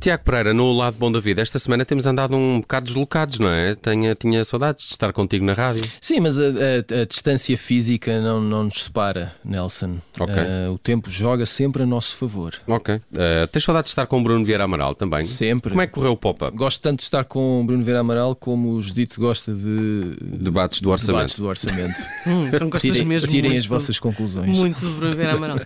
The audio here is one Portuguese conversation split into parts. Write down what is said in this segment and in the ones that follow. Tiago Pereira, no Lado Bom da Vida, esta semana temos andado um bocado deslocados, não é? Tenha, tinha saudades de estar contigo na rádio. Sim, mas a, a- a distância física não, não nos separa, Nelson. Ok. Ah, o tempo joga sempre a nosso favor. Ok. Eh, tens saudades de estar com o Bruno Vieira Amaral também? Sempre. Como é que correu o pop-up? Gosto tanto de estar com o Bruno Vera Amaral como o Judito gosta de Debates do debates orçamento. do orçamento. Hum, então gostas tirem mesmo tirem muito, as vossas conclusões. muito de Bruno Vieira Amaral.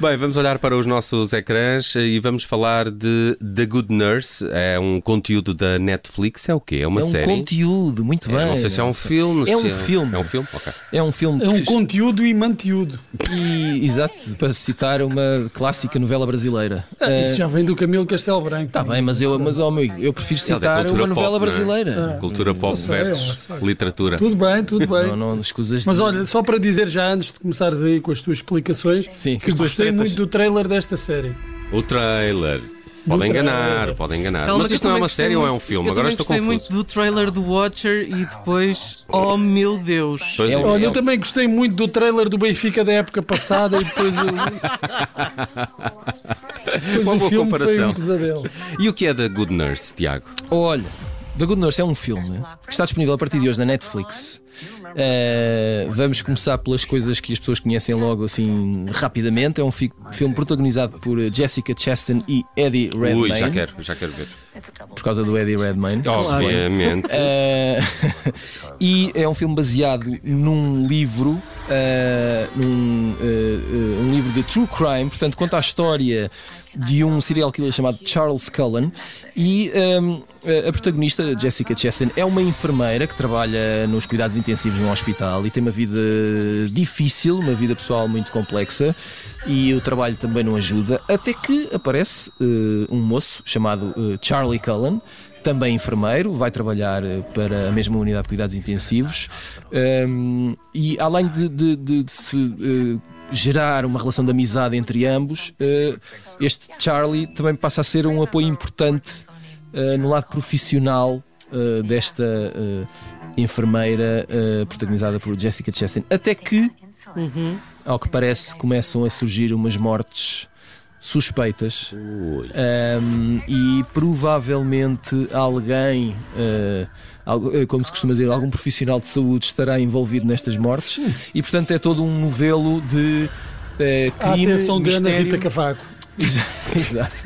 Bem, vamos olhar para os nossos ecrãs eh, e vamos falar de The Good Nurse. É um conteúdo da Netflix. É o quê? É uma é um série? conteúdo, muito É, bem. não sei se é um filme. É se um filme. É um filme? Ok. É um filme É um que- conteúdo e mantiúdo. e, exato, para citar uma clássica novela brasileira. Ah, Isso já vem do Camilo Castelo Branco. Está É. Tá bem, mas eu, mas, ó, meu, eu prefiro Ele é citar cultura uma novela pop, não é? brasileira. Cultura pop sei, não versus sei. literatura. Tudo bem, tudo Ah, bem. Não, não escusas de- Mas olha, só para dizer já antes de começares aí com as tuas explicações, Sim, com que as tuas gostei tretas. muito do trailer desta série. O trailer. Pode Do enganar, trailer. pode enganar. Calma, Mas que eu isto não é também uma gostei série ou é um muito- filme? Eu Agora também estou gostei confuso. muito do trailer do Watcher e depois, oh meu Deus. Pois É é. um- Olha, eu também gostei muito do trailer do Benfica da época passada e depois o, depois Uma o boa filme foi comparação. um pesadelo. E o que é da Good Nurse, Tiago? Olha, The Good Nurse é um filme que está disponível a partir de hoje na Netflix. Eh, vamos começar pelas coisas que as pessoas conhecem logo assim rapidamente. É um fi- filme protagonizado por eh, Jessica Chastain e Eddie Redmayne. Ui, já quero, já quero ver. Por causa do Eddie Redmayne. Obviamente. Eh, e é um filme baseado num livro, eh, num, eh, eh, um livro de true crime, portanto, conta a história de um serial killer chamado Charles Cullen. E ehm, a- a protagonista, Jessica Chastain, é uma enfermeira que trabalha nos cuidados intensivos num hospital e tem uma vida difícil, uma vida pessoal muito complexa. E o trabalho também não ajuda, até que aparece eh, um moço chamado eh, Charlie Cullen, também enfermeiro, vai trabalhar eh, para a mesma unidade de cuidados intensivos Ahm, e além de, de- de- de se eh, gerar uma relação de amizade entre ambos, eh, este Charlie também passa a ser um apoio importante eh, no lado profissional eh, desta eh, enfermeira eh, protagonizada por Jessica Chastain, até que Uhum. ao que parece começam a surgir umas mortes suspeitas Ahm, e provavelmente alguém, eh, algo- eh, como se costuma dizer, algum profissional de saúde estará envolvido nestas mortes e portanto é todo um novelo de eh, A crime, atenção de Ana mistério, Rita Cavaco. Exato.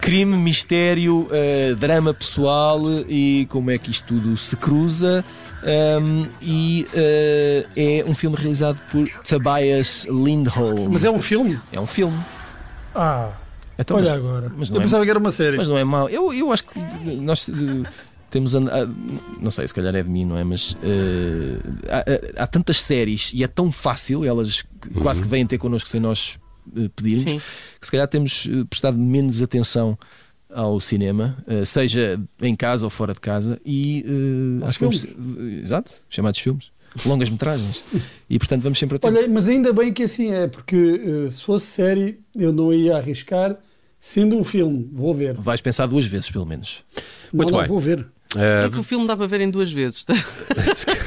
crime, mistério, eh, drama pessoal e como é que isto tudo se cruza. Ahm, e eh, é um filme realizado por Tobias Lindholm. Mas é um filme? É um filme. Ah, Então, olha agora. mas não eu é- pensava que era uma série. Mas não é mau. Eu, eu acho que nós eh, temos. and- ah, Não sei, se calhar é de mim, não é? Mas eh, há, há- há tantas séries e é tão fácil, elas quase que Uhum. vêm ter connosco sem nós eh, pedirmos, Sim. que se calhar temos eh, prestado menos atenção ao cinema, eh, seja em casa ou fora de casa, e eh, Aos acho que vamos- eh, exato, chamados filmes, longas metragens. e portanto vamos sempre a tempo. Olha, mas ainda bem que assim é, porque eh, se fosse série eu não ia arriscar, sendo um filme, vou ver. Vais pensar duas vezes, pelo menos. Muito não, não, bem. vou ver. Eh, É que o filme dá para ver em duas vezes.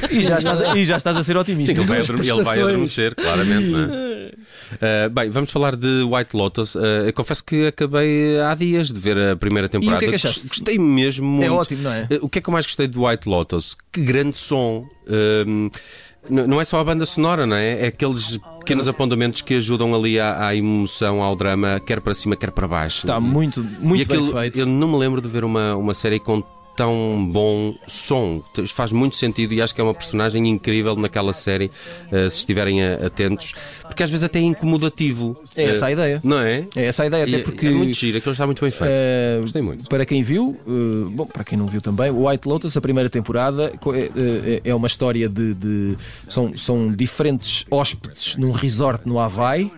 E já estás a, e já estás a ser otimista. Sim, que ele vai, duas adorme- ele vai prestações. adormecer, claramente, não é? Eh, bem, vamos falar de White Lotus. Eh, eu confesso que acabei há dias de ver a primeira temporada. que é que achaste? Gostei mesmo muito. É ótimo, não é? Eh, o que é que eu mais gostei de White Lotus? Que grande som. Ehm, n- não é só a banda sonora, não é? É aqueles pequenos apontamentos que ajudam ali à, à emoção, ao drama, quer para cima, quer para baixo. Está muito, e muito aquilo, bem feito. Eu não me lembro de ver uma, uma série com tão bom som. T- Faz muito sentido e acho que é uma personagem incrível naquela série, eh, se estiverem a- atentos, porque às vezes até é incomodativo. É essa a Eh, ideia. Não é? É essa a ideia, até E- porque. É muito giro, aquilo está muito bem feito. eh, Gostei muito. Para quem viu, eh, bom, para quem não viu também, o White Lotus, a primeira temporada, co- é- é- é uma história de. de- são, são diferentes hóspedes num resort no Havaí.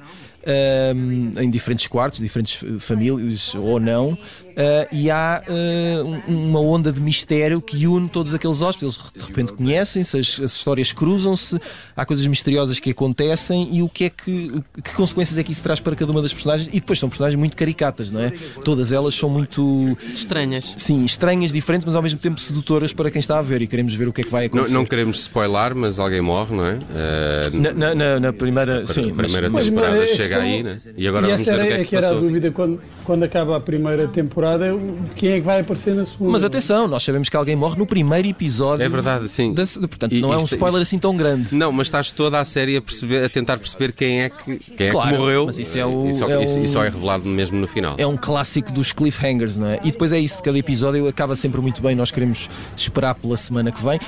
ehm, em diferentes quartos, diferentes eh, famílias ou não, eh, e há eh, um- uma onda de mistério que une todos aqueles hóspedes. Eles de repente conhecem-se, as, as histórias cruzam-se, há coisas misteriosas que acontecem e o que é que, o- que consequências é que isso traz para cada uma das personagens? E depois são personagens muito caricatas, não é? Todas elas são muito, Estranhas. sim, estranhas, diferentes, mas ao mesmo tempo sedutoras para quem está a ver e queremos ver o que é que vai Não, acontecer. não queremos spoiler, mas alguém morre, não é? Eh, Na, na- na- na primeira, sim, a mas- primeira mas, é temporada mas- chega aí, né? E agora e vamos essa ver era, o que é é que que se era a passou. dúvida quando, quando acaba a primeira temporada, o- quem é que vai aparecer na segunda? mas atenção, nós sabemos que alguém morre no primeiro episódio. É verdade, sim. da- portanto, E não é um isto- spoiler assim tão grande. Não, mas estás toda a série a, perceber- a tentar perceber quem é que, quem é que Claro, morreu. mas isso é o- e, só, é o- isso- isso só é revelado mesmo no final. É um clássico dos cliffhangers, não é? E depois é isso, cada episódio acaba sempre muito bem, nós queremos esperar pela semana que vem.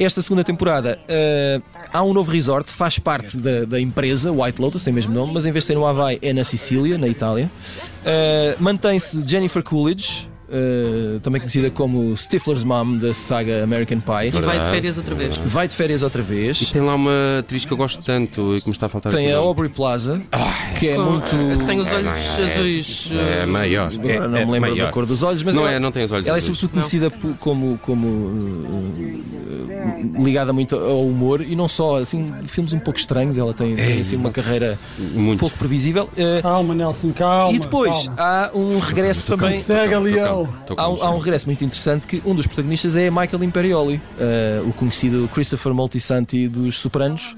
Esta segunda temporada eh, há um novo resort, faz parte da, da empresa White Lotus, tem o mesmo nome, mas em vez de ser no Havaí é na Sicília, na Itália. Eh, Mantém-se Jennifer Coolidge, eh, também conhecida como Stifler's Mom da saga American Pie. E vai de Verdade. férias outra vez. Vai de férias outra E vez. tem lá uma atriz que eu gosto tanto e que me está a faltar Tem aqui o a nome. Aubrey Plaza, que é Só- muito. que Tem os É, olhos não, é- azuis. É, eh, maior. É, Agora não me é lembro maior. da cor dos olhos, mas não ela- é, não tem os olhos. Ela é azuis. sobretudo conhecida por- como, como eh, ligada muito ao humor e não só, assim, de filmes um pouco estranhos, ela É tem, tem, assim, uma carreira um Muito. pouco previsível. eh, Calma, Nelson, calma. e depois calma. há um regresso também. Sossega, Tô Leão. calmo, tô Há calmo, um, há um sim. regresso muito interessante que um dos protagonistas é Michael Imperioli, eh, o conhecido Christopher Moltisanti dos Sopranos,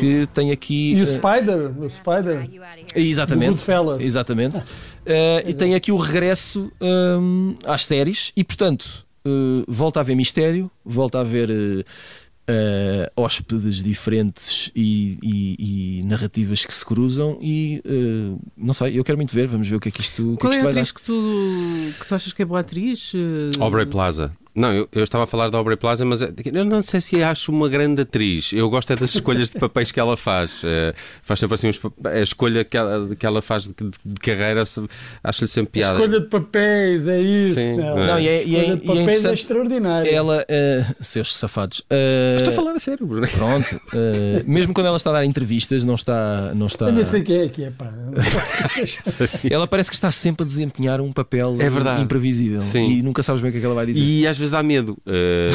que tem aqui. Hum. E o eh, Spider? O Spider? Do Exatamente. Goodfellas. Exatamente. Eh, e tem aqui o regresso hum, às séries e, portanto, eh, volta a haver mistério, volta a haver eh, eh, hóspedes diferentes e, e- e narrativas que se cruzam e eh, não sei, eu quero muito ver, vamos ver o que é que isto, o que é Qual que é isto a vai dar. atriz que tu, que tu achas que é boa atriz? eh? Aubrey Plaza. Não, eu, eu estava a falar da Aubrey Plaza, mas é- eu não sei se a acho uma grande atriz. Eu gosto é das escolhas de papéis que ela faz. Eh, faz sempre assim uns pa- a escolha que ela, que ela faz de, de- de carreira, se- acho-lhe sempre piada. Escolha de papéis, é isso. Sim, Nelson. é. Não, e é, e é- Escolha de e é papéis é, interessante. extraordinário. Ela, eh, seus safados. eh, Estou a falar a sério, Bruno. Pronto, eh, mesmo quando ela está a dar entrevistas, não está. Não está Eu nem sei quem é que é, pá. Ela parece que está sempre a desempenhar um papel É verdade. imprevisível Sim. e nunca sabes bem o que é que ela vai dizer. E às vezes dá medo. Eh,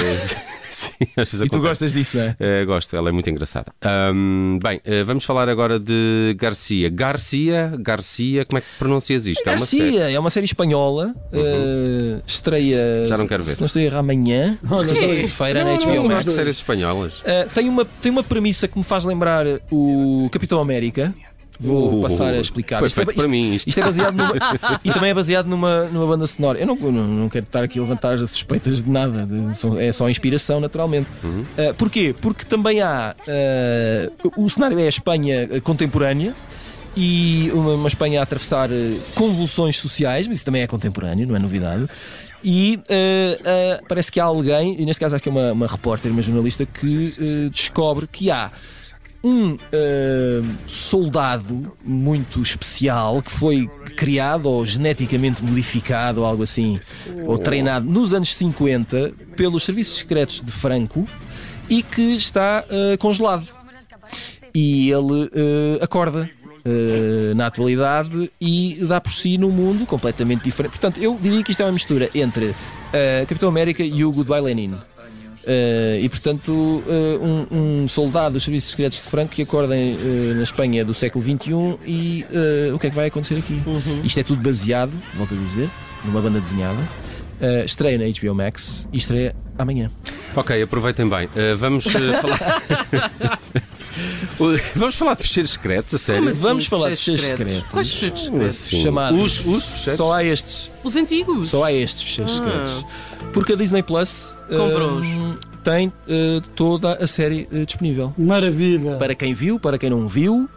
sim, às vezes E tu acontece. gostas disso, não é? Eh, gosto, ela é muito engraçada. Ahm, bem, eh, vamos falar agora de Garcia. Garcia, Garcia, como é que pronuncias isto? É uma série. Uhum. Garcia, é uma série espanhola, eh, estreia. Já não quero ver. Se não estreia amanhã, não estou a ver. sexta-feira, na Não, não, HBO Eu gosto Max. de séries espanholas. Eh, tem, uma, tem uma premissa que me faz lembrar o Capitão América. Vou Uh, passar a explicar. Foi Isto é- feito para mim isto. Isto é baseado numa, e também é baseado numa, numa banda sonora. Eu não, não, não quero estar aqui a levantar suspeitas de nada, de- são- é só inspiração, naturalmente. Ah, porquê? Porque também há. ah, o cenário é a Espanha contemporânea. E uma, uma Espanha a atravessar eh, convulsões sociais, mas isso também é contemporâneo, não é novidade. E ah, ah, parece que há alguém, e neste caso acho que é uma, uma repórter, uma jornalista, que eh, descobre que há um eh, soldado muito especial que foi criado ou geneticamente modificado ou algo assim, ou treinado nos anos 50 pelos serviços secretos de Franco e que está eh, congelado. E ele eh, acorda. eh, na atualidade e dá por si num mundo completamente diferente. Portanto, eu diria que isto é uma mistura entre eh, Capitão América e o Goodbye Lenin. Uh, e portanto, uh, um, um soldado dos serviços secretos de Franco que acorda em, uh, na Espanha do século XXI e uh, o que é que vai acontecer aqui? Isto é tudo baseado, volto a dizer, numa banda desenhada. Uh, estreia na HBO Max e estreia amanhã. Ok, aproveitem bem. Eh, vamos eh, falar. O- vamos falar de fecheiros secretos, a sério. Mas Vamos sim, falar de fecheiros fecheiros secretos. assim? Hum, secretos. Quais fecheiros Como secretos? assim? Chamado. Os, os fecheiros? Só há estes. Os antigos. Só há estes fecheiros Ah. secretos. Porque a Disney Plus uh, Comprou-os. tem uh, toda a série uh, disponível. Maravilha. Para quem viu, para quem não viu.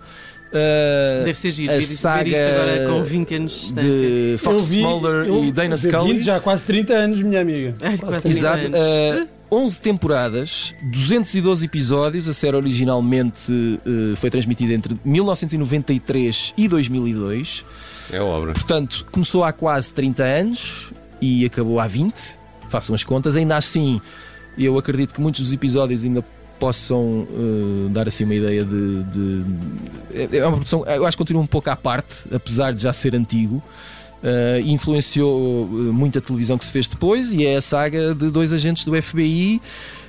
uh, Deve ser giro a ver isto ver isto saga agora com 20 anos de distância. de Fox Mulder eu e Dana vivi Scully. Já há quase 30 anos, minha amiga. Ai, quase trinta Exato. anos. eh, 11 temporadas, 212 episódios. A série originalmente eh, foi transmitida entre 1993 e 2002. É obra. Portanto, começou há quase 30 anos e acabou há 20. Façam as contas. Ainda assim, eu acredito que muitos dos episódios ainda possam eh, dar assim uma ideia de. de- é- É uma produção, eu acho que continua um pouco à parte, apesar de já ser antigo. Uh, influenciou uh, muito a televisão que se fez depois e é a saga de dois agentes do FBI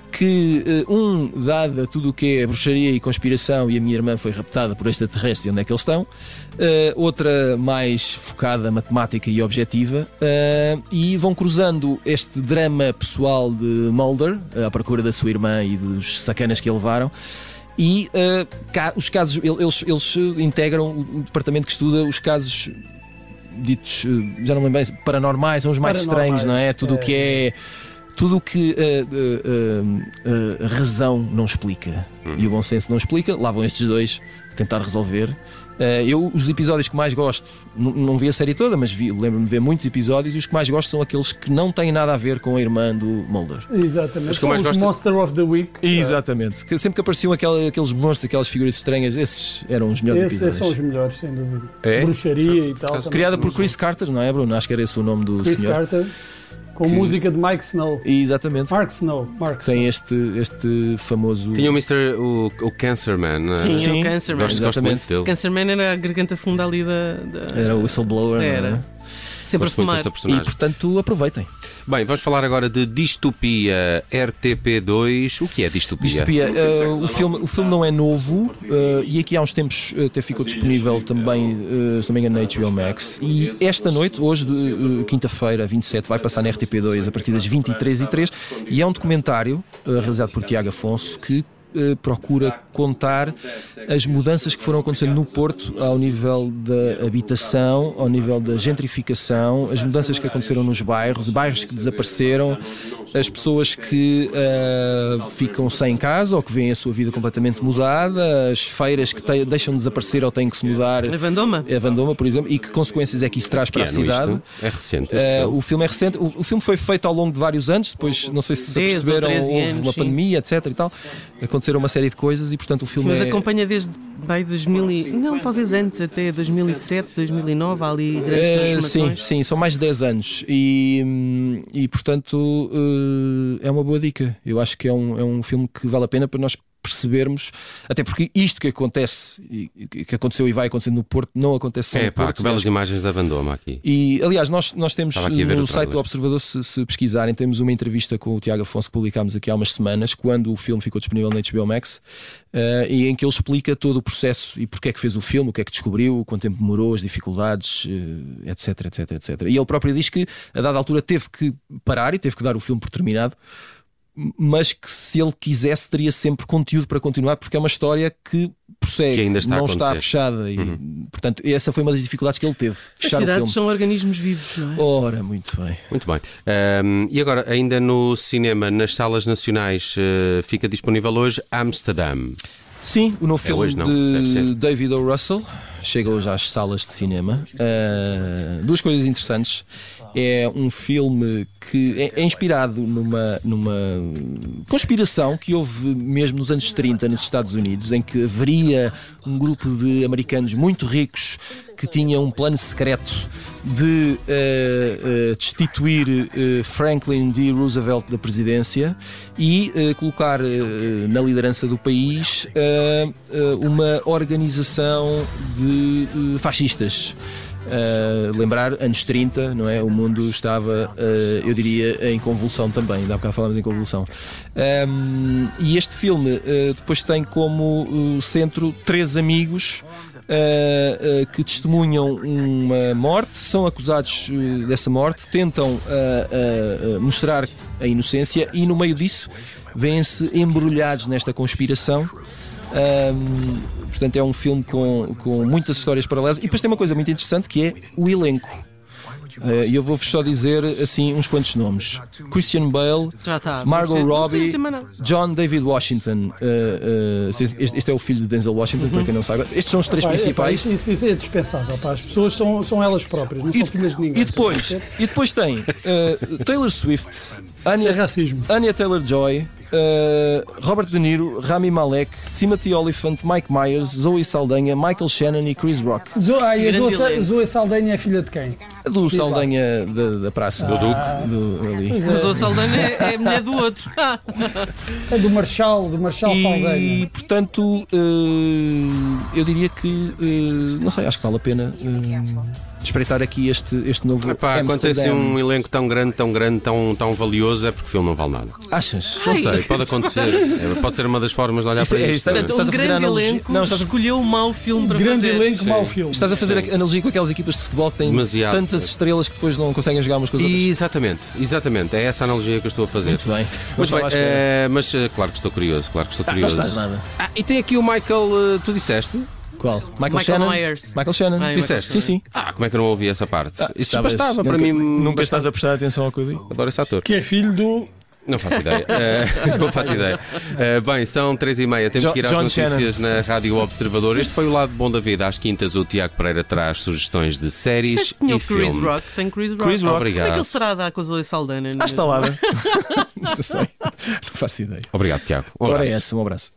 que uh, um, dada tudo o que é bruxaria e conspiração e a minha irmã foi raptada por extraterrestre e onde é que eles estão, uh, outra mais focada, matemática e objetiva uh, e vão cruzando este drama pessoal de Mulder eh, à procura da sua irmã e dos sacanas que a levaram e eh, ca- os casos, ele- eles, eles eh, integram o departamento que estuda os casos ditos, eh, já não me lembro bem, paranormais, são os mais Paranormais, estranhos, não é? Tudo o que é. Tudo o que eh, eh, eh, eh, a razão não explica e o bom senso não explica, lá vão estes dois tentar resolver. Eh, eu, os episódios que mais gosto, n- não vi a série toda, mas vi- lembro-me de ver muitos episódios, e os que mais gosto são aqueles que não têm nada a ver com a irmã do Mulder. Exatamente. Mas que eu mais Os gosto- Monster of the Week. Exatamente. Que sempre que apareciam aquela- aqueles monstros, aquelas figuras estranhas, esses eram os melhores Esses episódios. são os melhores, sem dúvida. É? Bruxaria e tal. Acho- também. Criada por Chris Carter, não é, Bruno? Acho que era esse o nome do Chris senhor. Carter, com Que- música de Mike Snow. E, Exatamente. Mark Snow. Mark Tem Snow. este, este famoso. Tinha o Mr. O, o Cancer Man. não é? Sim, Sim. o Cancer Man. Gosto, gosto muito Exatamente. dele. Cancer Man era a garganta funda ali da. da- Era o whistleblower, Era. não é? Sempre Gosto a muito fumar. dessa E personagem. portanto aproveitem. Bem, vamos falar agora de distopia RTP2. O que é distopia? Distopia, eh, o, filme, o filme não é novo eh, e aqui há uns tempos eh, até ficou disponível é também, eh, se não me engano, na HBO Max. E esta noite, hoje, de, eh, quinta-feira, 27, vai passar na RTP2 a partir das 23h03 e é um documentário eh, realizado por Tiago Afonso que eh, procura contar as mudanças que foram acontecendo no Porto ao nível da habitação, ao nível da gentrificação, as mudanças que aconteceram nos bairros, bairros que desapareceram, as pessoas que ah, ficam sem casa ou que veem a sua vida completamente mudada, as feiras que te- deixam de desaparecer ou têm que se mudar, A Vandoma. a Vandoma, por exemplo, e que consequências é que isso traz Que para a ano cidade. isto? É recente. este Eh, filme. o filme é recente, o, o filme foi feito ao longo de vários anos, depois não sei se se 10 ou perceberam, 13 houve anos, uma sim. pandemia, etc e tal. Aconteceram uma série de coisas e portanto o Sim, filme mas é... acompanha desde bem 2000 e, não, talvez antes, até 2007, 2009, há ali grandes Eh, sim, transformações. sim, são mais de 10 anos e, hum, e portanto eh, é uma boa dica. Eu acho que é um, é um filme que vale a pena para nós percebermos, até porque isto que acontece, e- e que aconteceu e vai acontecendo no Porto, não acontece só É, no pá, Porto. que belas Acho- imagens da Bandoma aqui. E, aliás, nós, nós temos Estava aqui a ver no o site do trailer. Observador, se, se pesquisarem, temos uma entrevista com o Tiago Afonso que publicámos aqui há umas semanas, quando o filme ficou disponível na HBO Max, eh, e em que ele explica todo o processo e porque é que fez o filme, o que é que descobriu, quanto tempo demorou, as dificuldades, eh, etc, etc, etc. E ele próprio diz que, a dada altura, teve que parar e teve que dar o filme por terminado, mas que se ele quisesse teria sempre conteúdo para continuar, porque é uma história que prossegue, Que ainda está a não está acontecer. Uhum. fechada. E, Portanto, essa foi uma das dificuldades que ele teve. Fechar As o filme. Oh, cidades são organismos vivos, não é? Ora, muito bem. Muito bem. Ahm, e agora, ainda no cinema, nas salas nacionais, eh, fica disponível hoje Amsterdam. Sim, o novo É filme hoje, não. Deve de ser. David O. Russell chega hoje às salas de cinema. Ah, duas coisas interessantes. É um filme que é- é inspirado numa, numa conspiração que houve mesmo nos anos 30 nos Estados Unidos, em que haveria um grupo de americanos muito ricos que tinha um plano secreto de eh, eh, destituir eh, Franklin D. Roosevelt da presidência e eh, colocar eh, na liderança do país eh, eh, uma organização de eh, fascistas. Eh, lembrar, anos 30, não é? O mundo estava, eh, eu diria, em convulsão também. Ainda há bocado falámos em convulsão. Ahm, e este filme eh, depois tem como eh, centro três amigos uh, uh, que testemunham uma morte, são acusados uh, dessa morte, tentam uh, uh, uh, mostrar a inocência e, no meio disso, vêm-se embrulhados nesta conspiração. Um, portanto, é um filme com, com muitas histórias paralelas. E depois tem uma coisa muito interessante que é o elenco. Uh, E eu vou-vos só dizer assim uns quantos nomes: Christian Bale, Já está. Margot Não é precisa- não precisa Robbie. dizer mais nada. John David Washington. uh, uh, este, este é o filho de Denzel Washington, para quem não saiba. Estes são os três Pá, é, pá, principais. isso, isso- isso é dispensável. pá. As pessoas são, são elas próprias, não E, são filhas de ninguém. e depois, e depois tem uh, Taylor Swift, Isso é Anya, racismo. Anya Taylor Joy, Robert De Niro, Rami Malek, Timothy Oliphant, Mike Myers, Zoe Saldanha, Michael Shannon e Chris Rock. Zo- ah, e a Grande Zoe, Sa- elenco. Zoe Saldanha é filha de quem? A do Diz lá. Saldanha da, da praça. Ah, Do Duque. Do- ali. Pois Mas é, o Saldanha é é a mulher do outro. Ah, é do Marchal, do Marchal E, Saldanha. portanto, eh, eu diria que, eh, não sei, acho que vale a pena eh, espreitar aqui este, este novo Epá, quando tem assim Amsterdã. um elenco tão grande, tão grande, tão, tão valioso, é porque o filme não vale nada. Achas? Não Ai. sei, pode acontecer. É, Pode ser uma das formas de olhar Isso para é- isto. isto é- não Portanto, Estás um a fazer grande analogia- elenco Não, estás a- escolheu um mau filme para Grande fazer. elenco, Sim. mau filme. Estás a fazer Sim. a analogia com aquelas equipas de futebol que têm Demasiado. tantas estrelas que depois não conseguem jogar umas com as E, exatamente, exatamente. É essa a analogia que eu estou a fazer. outras. Muito bem. Mas, Mas bem, à espera. Tá, eh, mas eh, claro que estou curioso, claro que estou Não curioso. estás nada. Ah, e tem aqui o Michael, eh, tu disseste? Qual? Michael, Michael Shannon? Myers. Michael Shannon. Ah, é Disseste? Sim, sim. Ah, como é que eu não ouvi essa parte? Isso Sabes, bastava Tá, nunca- para mim. Nunca bastava. estás a prestar atenção ao que eu digo? Adoro esse ator. Que é filho do. Não faço ideia. Eh, não faço ideia. Eh, bem, são três e meia. Temos Jo- que ir às John notícias na Rádio Observador. Este foi o lado bom da vida. Às quintas, o Tiago Pereira traz sugestões de séries Disseste que tinha e o Chris filme. Rock, tem Chris Rock. Chris Rock. Ah, Como é que ele Obrigado. estará a dar com a Zoe Saldana? À estalada. não sei. Não faço ideia. Um é Obrigado, Tiago. Um Ora é abraço. essa, um abraço.